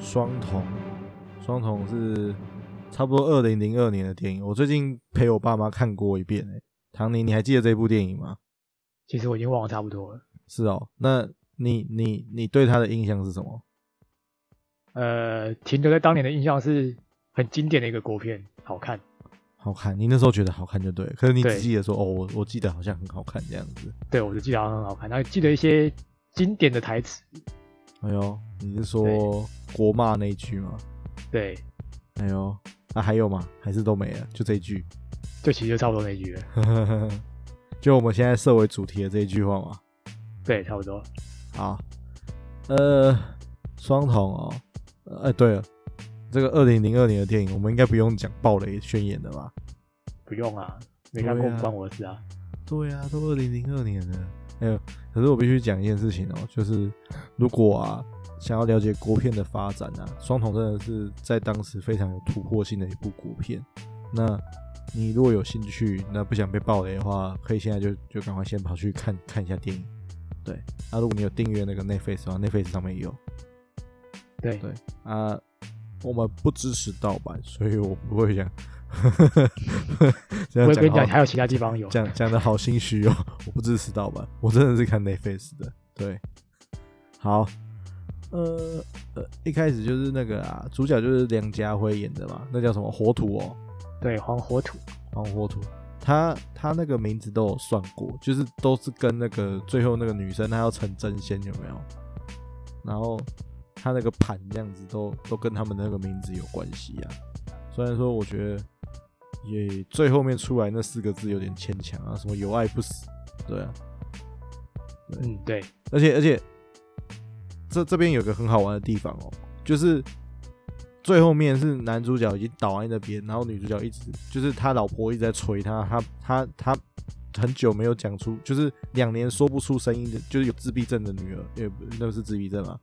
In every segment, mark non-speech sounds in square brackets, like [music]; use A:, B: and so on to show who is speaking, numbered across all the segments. A: 双瞳，双瞳是差不多二零零二年的电影，我最近陪我爸妈看过一遍、欸。唐尼，你还记得这部电影吗？
B: 其实我已经忘了差不多了。
A: 是哦，那你你你对他的印象是什么？
B: 呃，停留在当年的印象是很经典的一个国片，好看。
A: 好看，你那时候觉得好看就对了，可是你只
B: 对
A: 记得说哦，我我记得好像很好看这样子。
B: 对，我就记得好像很好看，然后记得一些经典的台词。
A: 哎呦，你是说国骂那一句吗？
B: 对，
A: 哎呦，那、还有吗？还是都没了，就这一句。 [laughs]
B: 就其实就差不多那一句了。
A: 就我们现在设为主题的这一句话嘛。
B: 对，差不多。
A: 好，呃，双瞳哦，呃哎，对了，这个二零零二年的电影，我们应该不用讲暴雷宣言的吧？
B: 不用啊，没看过
A: 对啊
B: 不关我的事啊。
A: 对啊，都二零零二年了。哎呦，可是我必须讲一件事情哦，就是如果啊，想要了解国片的发展啊，双瞳真的是在当时非常有突破性的一部国片。那你如果有兴趣，那不想被暴雷的话，可以现在就就赶快先跑去看看一下电影。对，那、如果你有订阅那个 Netflix 的话，Netflix 上面也有。
B: 对，
A: 对啊，我们不支持盗版，所以我不会讲。 [laughs] 这
B: 我
A: 样
B: 也跟你
A: 讲
B: 讲，
A: 好
B: 还有其他地方有。
A: 讲讲的好心虚哦，我不支持盗版，我真的是看 Netflix 的。对，好，呃呃，一开始就是那个啊，主角就是梁家辉演的嘛，那叫什么火土哦，
B: 对，黄火土。
A: 黄火土。他他那个名字都有算过，就是都是跟那个最后那个女生她要成真仙有没有？然后他那个盘这样子都都跟他们那个名字有关系啊。虽然说我觉得也最后面出来那四个字有点牵强啊，什么有爱不死，对啊，
B: 嗯，对，
A: 而且而且，这这边有个很好玩的地方哦，就是最后面是男主角已经倒在那边，然后女主角一直就是他老婆一直在催他，他他他很久没有讲出，就是两年说不出声音的，就是有自闭症的女儿，也不那是自闭症啊，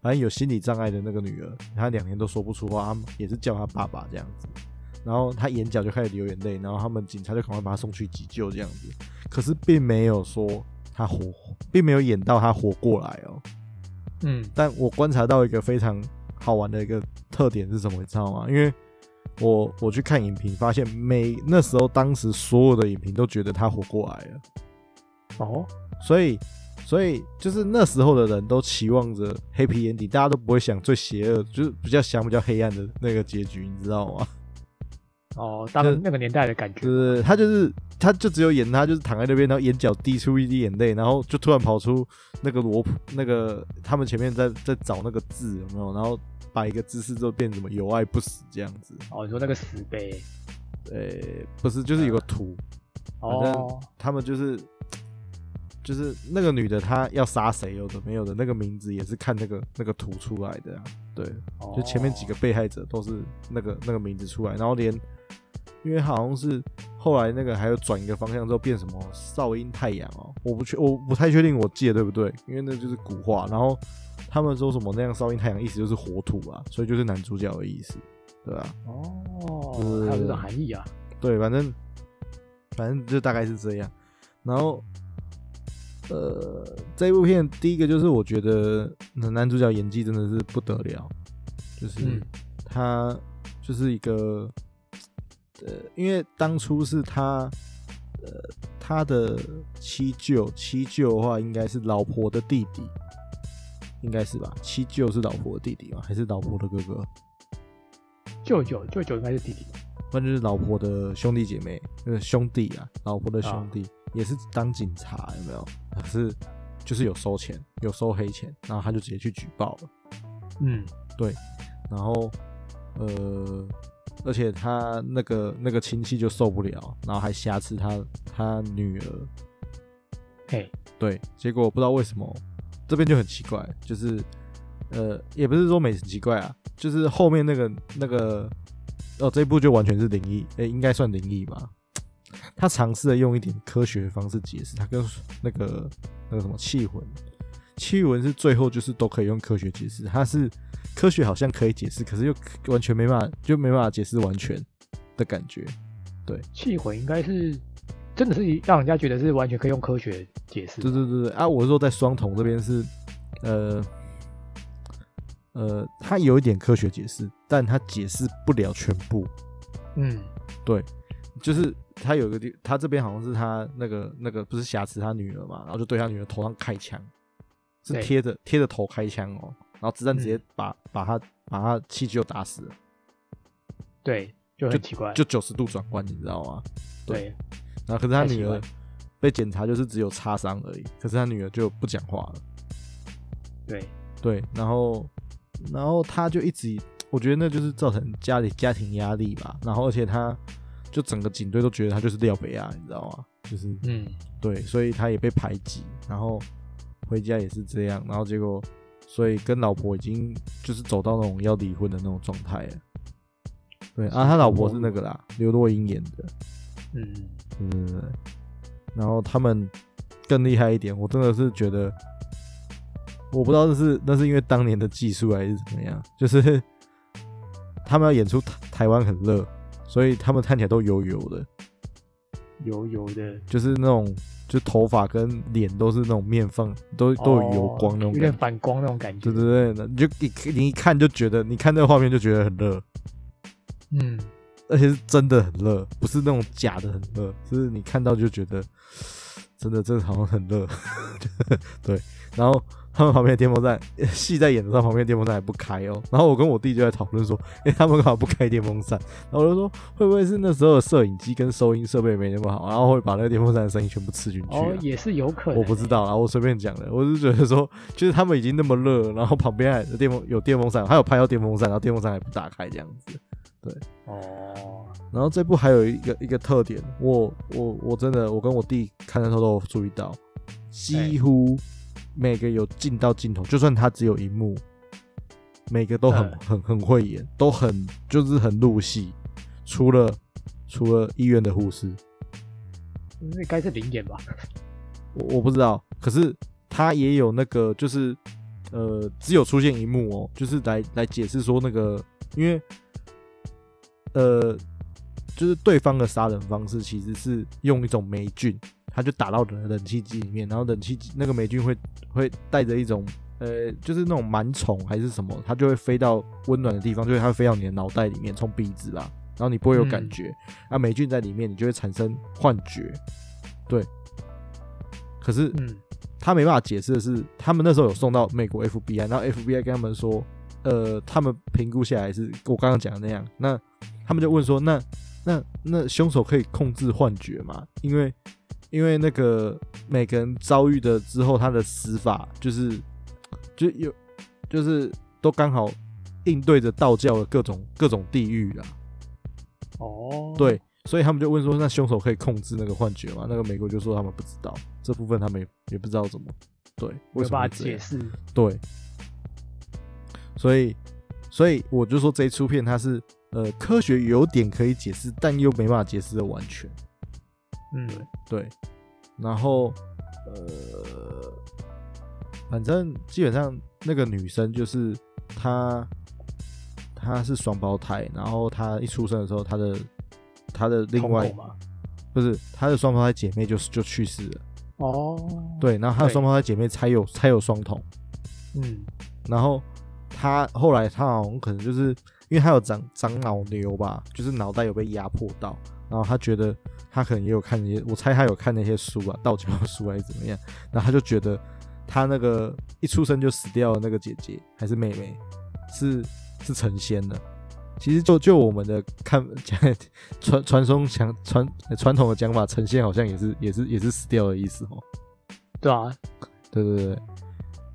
A: 反正有心理障碍的那个女儿，她两年都说不出话，她也是叫她爸爸这样子。然后她眼角就开始流眼泪，然后他们警察就赶快把她送去急救这样子，可是并没有说她活，哦并没有演到她活过来哦。
B: 嗯，
A: 但我观察到一个非常好玩的一个特点是什么，你知道吗？因为我我去看影评，发现每那时候当时所有的影评都觉得她活过来了，
B: 哦，
A: 所以所以就是那时候的人都期望着 Happy Ending，大家都不会想最邪恶，就是比较想比较黑暗的那个结局，你知道吗？
B: 哦，当那个年代的感觉
A: 就。是他就是他就只有演他就是躺在那边，然后眼角滴出一滴眼泪，然后就突然跑出那个罗普那个他们前面在在找那个字有没有，然后把一个姿势之后变什么有爱不死这样子，
B: 哦，你说那个死呗。
A: 呃、不是就是有个图，反正
B: 哦，
A: 啊他们就是就是那个女的她要杀谁有的没有的那个名字也是看那个那个图出来的啊，对，就前面几个
B: 哦
A: 被害者都是那个那个名字出来，然后连，因为好像是后来那个还有转一个方向之后变什么少阴太阳哦，我不确我不太确定我记得对不对，因为那就是古话，然后他们说什么那样少阴太阳意思就是火土啊，所以就是男主角的意思，对吧、
B: 哦，还有这种含义啊。
A: 对，反正反正就大概是这样。然后，呃，这部片第一个就是我觉得男男主角演技真的是不得了，就是、
B: 嗯
A: 他就是一个，呃，因为当初是他，呃，他的七舅，七舅的话应该是老婆的弟弟。应该是吧，七舅是老婆的弟弟吗？还是老婆的哥哥？
B: 舅舅，舅舅应该是弟弟。
A: 不然就是老婆的兄弟姐妹，呃，兄弟啊，老婆的兄弟、也是当警察，有没有？可是就是有收钱，有收黑钱，然后他就直接去举报了。
B: 嗯，
A: 然后，呃，而且他那个那个亲戚就受不了，然后还挟持他他女儿。
B: 嘿，
A: 对，结果不知道为什么这边就很奇怪，就是呃，也不是说美很奇怪啊，就是后面那个那个哦，这一部就完全是灵异，诶、应该算灵异吧。他尝试着用一点科学的方式解释，他跟那个那个什么气魂，气魂是最后就是都可以用科学解释，它是科学好像可以解释，可是又完全没办法，就没办法解释完全的感觉。
B: 气魂应该是真的是让人家觉得是完全可以用科学解释的。
A: 对对对对啊！我是说在双瞳这边是，呃，呃，它有一点科学解释，但它解释不了全部。
B: 嗯，
A: 对，就是他有一个地，他这边好像是他那个那个不是挟持他女儿嘛，然后就对他女儿头上开枪，是
B: 对
A: 贴着贴着头开枪哦，然后子弹直接
B: 嗯
A: 把、把他把他气球打死了，
B: 对，就很奇怪，
A: 就九十度转弯，你知道吗？
B: 对，
A: 然后可是他
B: 太奇
A: 女儿
B: 怪
A: 被检查就是只有擦伤而已，可是他女儿就不讲话了。
B: 对，
A: 对，然后然后他就一直，我觉得那就是造成家里家庭压力吧。然后而且他就整个警队都觉得他就是廖北亚，你知道吗？就是
B: 嗯，
A: 对，所以他也被排挤，然后回家也是这样，然后结果，所以跟老婆已经就是走到那种要离婚的那种状态了。对啊，他老婆是那个啦，刘若英演的，
B: 嗯，
A: 对对对。对然后他们更厉害一点，我真的是觉得，我不知道这是那是因为当年的技术还是怎么样， [laughs] 就是他们要演出台台湾很热，所以他们看起来都油油的，
B: 油油的，
A: 就是那种就头发跟脸都是那种面放，都都有油光那种感
B: 哦有点
A: 觉。
B: 反光那种感觉，
A: 对对对，你就一你一看就觉得，你看那个画面就觉得很热，
B: 嗯，
A: 而且是真的很热，不是那种假的很热，就是你看到就觉得真的真的好像很热。 [laughs] 对，然后他们旁边的电风扇 [laughs] 戏在演的时候，旁边的电风扇还不开哦。然后我跟我弟就在讨论说， [laughs] 哎、他们干嘛不开电风扇？然后我就说，会不会是那时候的摄影机跟收音设备没那么好，然后会把那个电风扇的声音全部吃进去、啊？
B: 哦，也是有可能，
A: 我不知，道啦，我随便讲的。我是觉得说，就是他们已经那么热，然后旁边还有电风有电风扇，还有拍到电风扇，然后电风扇还不打开这样子。
B: 哦，
A: 然后这部还有一个一个特点，我我我真的，我跟我弟看的时候都有注意到，几乎每个有进到镜头，就算他只有一幕，每个都很、
B: 嗯
A: 很很会演，都很就是很入戏，除了除了医院的护士，
B: 那应该是零点吧，
A: 我我不知道，可是他也有那个，就是呃，只有出现一幕哦，就是来来解释说那个，因为呃，就是对方的杀人方式其实是用一种霉菌，他就打到人的冷气机里面，然后冷气机那个霉菌会会带着一种。呃，就是那种螨虫还是什么，它就会飞到温暖的地方，就是它会飞到你的脑袋里面，从鼻子啦，然后你不会有感
B: 嗯
A: 觉。那、霉菌在里面，你就会产生幻觉。对，可是
B: 嗯，
A: 他没办法解释的是，他们那时候有送到美国 FBI，然后 FBI 跟他们说，呃，他们评估下来是我刚刚讲的那样。那他们就问说，那那那凶手可以控制幻觉吗？因为因为那个每个人遭遇的之后，他的死法就是就有就是都刚好应对着道教的各种各种地狱啦。
B: 哦，
A: 对，，所以他们就问说，那凶手可以控制那个幻觉吗？那个美国就说他们不知道，这部分他们也也不知道怎么。对，
B: 没
A: 为
B: 有
A: 什么
B: 办法
A: 会这
B: 解
A: 样？
B: 释，
A: 对，所以，所以我就说这一出片它是呃科学有点可以解释，但又没办法解释的完全。
B: 嗯，
A: 对，然后呃，反正基本上那个女生就是她，她是双胞胎，然后她一出生的时候，她的她的另
B: 瞳
A: 外
B: 孔嘛，
A: 不是她的双胞胎姐妹就就去世了，
B: 哦，，
A: 对，然后她的
B: 对
A: 双胞胎姐妹才有才有双瞳，
B: 嗯，
A: 然后她后来她好像可能就是因为她有长长脑瘤吧，就是脑袋有被压迫到，然后她觉得她可能也有看那些，我猜她有看那些书啊，道教的书还是怎么样，然后她就觉得她那个一出生就死掉的那个姐姐还是妹妹是 [laughs] 是成仙了。其实就就我们的看讲传传宗讲传传统的讲法，成仙好像也是也是也是死掉的意思哦。
B: 对啊，
A: 对对对，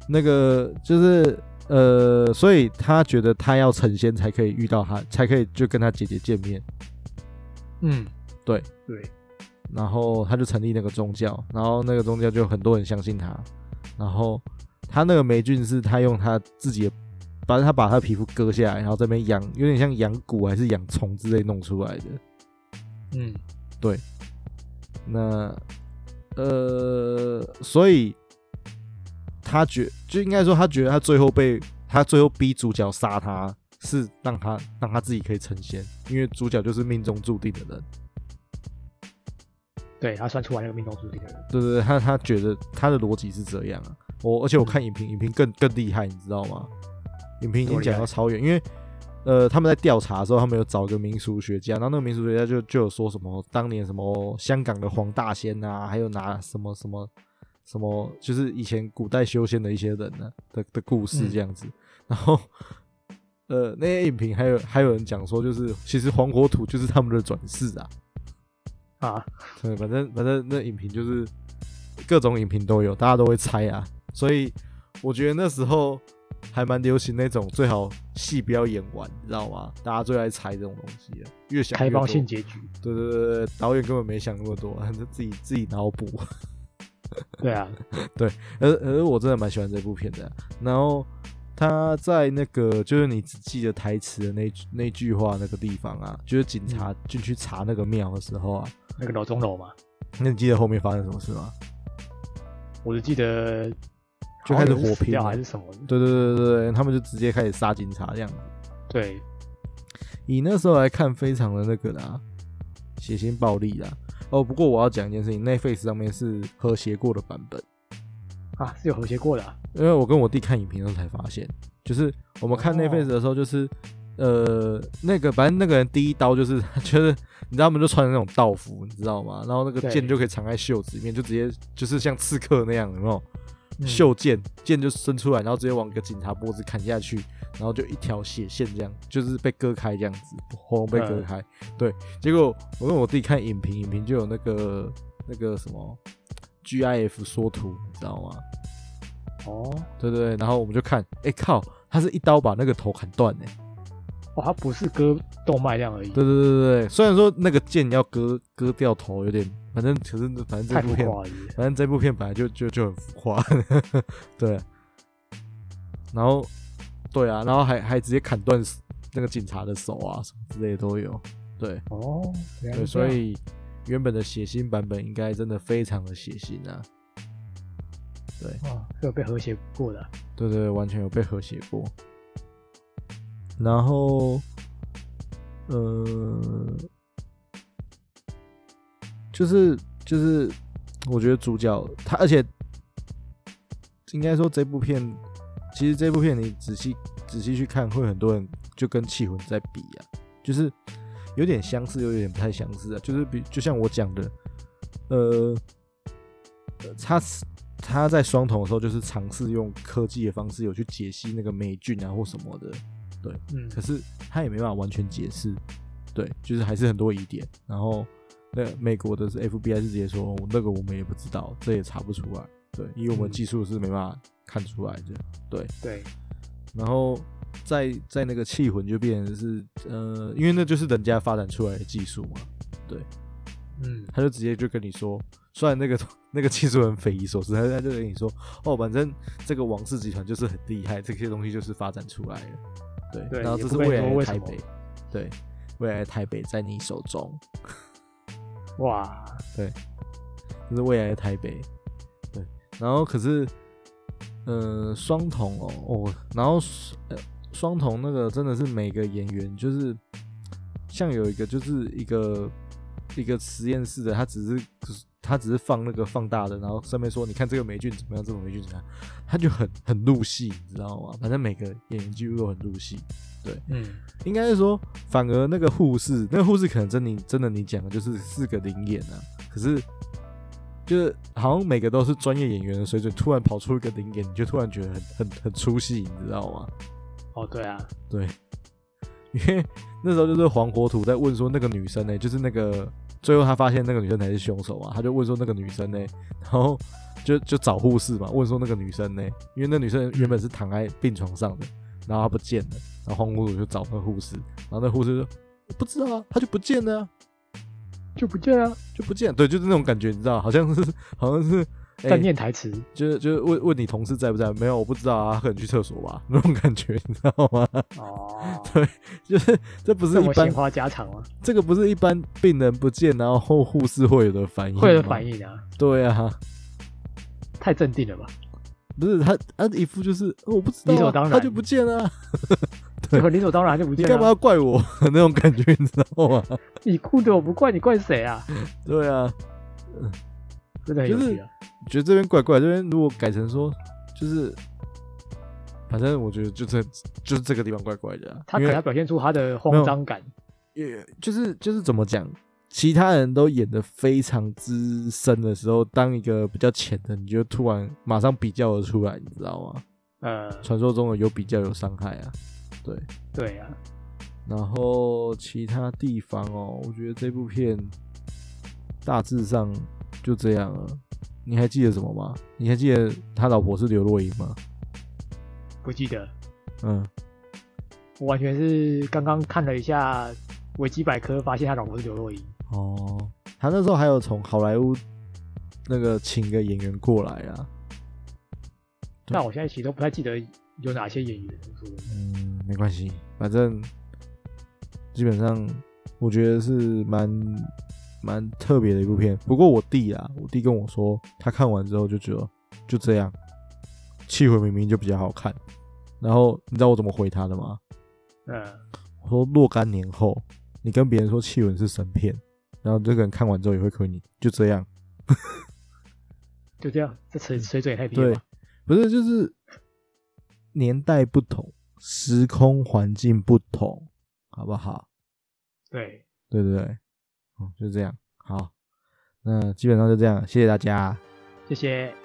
A: 那个就是呃，所以他觉得他要成仙才可以遇到他，才可以就跟他姐姐见面，
B: 嗯，
A: 对
B: 对，
A: 然后他就成立那个宗教，然后那个宗教就很多人相信他，然后他那个霉菌是他用他自己的，反正他把他的皮肤割下来，然后这边养，有点像养蛊还是养虫之类弄出来的，
B: 嗯，
A: 那呃，所以他觉就应该说，他觉得他最后被他最后逼主角杀他，是让他让他自己可以成仙，因为主角就是命中注定的人。
B: 对他算出来那个命中注定的人，
A: 对对对，他他
B: 嗯
A: 觉得他的逻辑是这样啊。我而且我看影评，影评更更厉害，你知道吗？影评已经
B: 多厉
A: 讲
B: 害
A: 到超远，因为呃，他们在调查的时候，他们有找个民俗学家，然后那个民俗学家就就有说什么当年什么香港的黄大仙啊，还有拿什么什么什么，就是以前古代修仙的一些人呢、的的故
B: 嗯
A: 事这样子。然后呃，那些影评还有还有人讲说，就是其实黄火土就是他们的转世啊。
B: 啊，
A: 对，反正反正那影评就是各种影评都有，大家都会猜啊。所以我觉得那时候还蛮流行那种最好戏不要演完，你知道吗？大家最爱猜这种东西了，越想越
B: 开放
A: 多
B: 性结局，
A: 对对对对，导演根本没想那么多，他 [laughs] 就自己自己脑补。
B: 对
A: [laughs]
B: 啊，
A: 而而我真的蛮喜欢这部片的啊、然后他在那个就是你只记得台词的那句那句话那个地方啊，就是警察
B: 嗯
A: 进去查那个庙的时候啊，
B: 那个楼中楼嘛，
A: 那你记得后面发生什么事吗？
B: 我只记得
A: 就开始
B: 好像有人
A: 火拼
B: 死掉
A: 了
B: 还是什么的，
A: 对对对对对，他们就直接开始杀警察这样子。
B: 对，
A: 以那时候来看，非常的那个啦，血腥暴力啦。哦，不过我要讲一件事情，Netflix 上面是和谐过的版本，
B: 啊，是有和谐过的啊，
A: 因为我跟我弟看影评的时候才发现，就是我们看
B: 哦
A: Netflix 的时候，就是、呃那个反正那个人第一刀就是 [laughs] 就是你知道他们就穿的那种道服，你知道吗？然后那个
B: 对
A: 剑就可以藏在袖子里面，就直接就是像刺客那样，有没有？
B: 嗯
A: 袖剑，剑就伸出来，然后直接往一个警察脖子砍下去，然后就一条血线这样，就是被割开这样子，喉咙被割开。
B: 嗯
A: 对，结果我跟我弟看影评，影评就有那个那个什么 GIF 缩图，你知道吗？
B: 哦，
A: 对对对，然后我们就看，哎、靠，他是一刀把那个头砍断哎、
B: 哦，它不是割动脉这样而已，
A: 对对对对对，虽然说那个剑要割割掉头有点，反正可是反正这
B: 太
A: 部
B: 浮
A: 片
B: 夸了，
A: 反正这部片本来就就就很浮夸， [laughs] 对。然后，对啊，然后还还直接砍断那个警察的手啊，什么之类的都有。对
B: 哦，原来
A: 对，
B: 是这
A: 所
B: 样
A: 以原本的血腥版本应该真的非常的血腥啊。
B: 哇，是有被和谐过的啊，
A: 对对对，完全有被和谐过。然后，呃，就是就是，我觉得主角他，而且应该说这部片，其实这部片你仔细仔细去看，会很多人就跟《气魂》在比啊，就是有点相似，又有点不太相似啊。就是比就像我讲的，呃，呃他是他在双瞳的时候，就是尝试用科技的方式有去解析那个霉菌啊或什么的，
B: 嗯，
A: 可是他也没办法完全解释，对，就是还是很多疑点。然后那美国的是 FBI 是直接说、哦那个我们也不知道，这也查不出来，对，以我们
B: 嗯
A: 技术是没办法看出来的，对。
B: 对，
A: 然后在在那个气魂就变成是呃，因为那就是人家发展出来的技术嘛，
B: 嗯，
A: 他就直接就跟你说，虽然那个那个技术很匪夷所思，他他就跟你说，哦，反正这个王氏集团就是很厉害，这些东西就是发展出来了，对，
B: 对
A: 然后
B: 也
A: 这是
B: 不跟你
A: 未来的
B: 说为
A: 台
B: 什么
A: 北，对，未来的台北在你手中，
B: 哇，
A: 这是未来的台北，对，然后可是，呃，双瞳哦，哦，然后呃，双瞳那个真的是每个演员就是像有一个就是一个一个实验室的，他只是他只是放那个放大的，然后上面说你看这个霉菌怎么样，这种霉菌怎么样，他就很很入戏，你知道吗？反正每个演员几乎都很入戏，
B: 嗯，
A: 应该是说，反而那个护士，那个护士可能真你真的你讲的就是四个灵眼啊，可是就是好像每个都是专业演员的水准，突然跑出一个灵眼，你就突然觉得很很很出戏，你知道吗？
B: 哦，对啊，
A: 对，因为那时候就是黄国土在问说那个女生呢、就是那个最后他发现那个女生才是凶手嘛，他就问说那个女生呢、然后就就找护士嘛，问说那个女生呢、因为那女生原本是躺在病床上的，然后她不见了，然后黄国土就找那个护士，然后那护士就说不知道啊，她就不见了啊、
B: 就不见啊，
A: 就不见了，对，就是那种感觉，你知道，好像是好像是。哎
B: 但念台词，
A: 就是就是问问你同事在不在？没有，我不知道啊，他可能去厕所吧，那种感觉，你知道吗？ [laughs]
B: 哦，
A: 就是这不是
B: 这
A: 一
B: 么
A: 般
B: 闲话家常吗？
A: 这个不是一般病人不见然后护士会有的反应，
B: 会有反。应啊，
A: 对啊，
B: 太镇定了吧？
A: 不是他，他一副就是、哦我不知道啊、
B: 理所当然啊
A: 他就不见了啊、 [laughs] 对
B: 这个理所当然就不
A: 你
B: 见
A: 干嘛
B: 了。
A: 要怪我 [laughs] 那种感觉，你知道吗？
B: 你哭的我不怪你，怪谁啊？
A: 对啊，
B: 真的很有趣啊。
A: 觉得这边怪怪，这边如果改成说就是反正我觉得就这就是这个地方怪怪的、啊，
B: 他
A: 因
B: 给
A: 为
B: 他表现出他的慌张感，
A: 也就是就是怎么讲，其他人都演的非常资深的时候，当一个比较浅的，你就突然马上比较而出来，你知道吗？
B: 呃，
A: 传说中的有比较有伤害啊，对。
B: 对啊，
A: 然后其他地方哦，我觉得这部片大致上就这样了。你还记得什么吗？你还记得他老婆是刘若英吗？
B: 不记得，
A: 嗯，
B: 我完全是刚刚看了一下维基百科，发现他老婆是刘若英，
A: 哦，他那时候还有从好莱坞那个请个演员过来啊。对
B: 但我现在其实都不太记得有哪些演员，说真的
A: 嗯，没关系，反正基本上我觉得是蛮蛮特别的一部片。不过我弟啊，我弟跟我说，他看完之后就觉得就这样，《气魂明明》就比较好看。然后你知道我怎么回他的吗？
B: 嗯，
A: 我说若干年后，你跟别人说《气魂》是神片，然后这个人看完之后也会亏你，就这样。
B: 就这样，这水水准也太低了
A: 对
B: 吧，，
A: 不是就是年代不同，时空环境不同，好不好？
B: 对，
A: 对对对，哦嗯，就这样。好，那基本上就这样，谢谢大家。
B: 谢谢。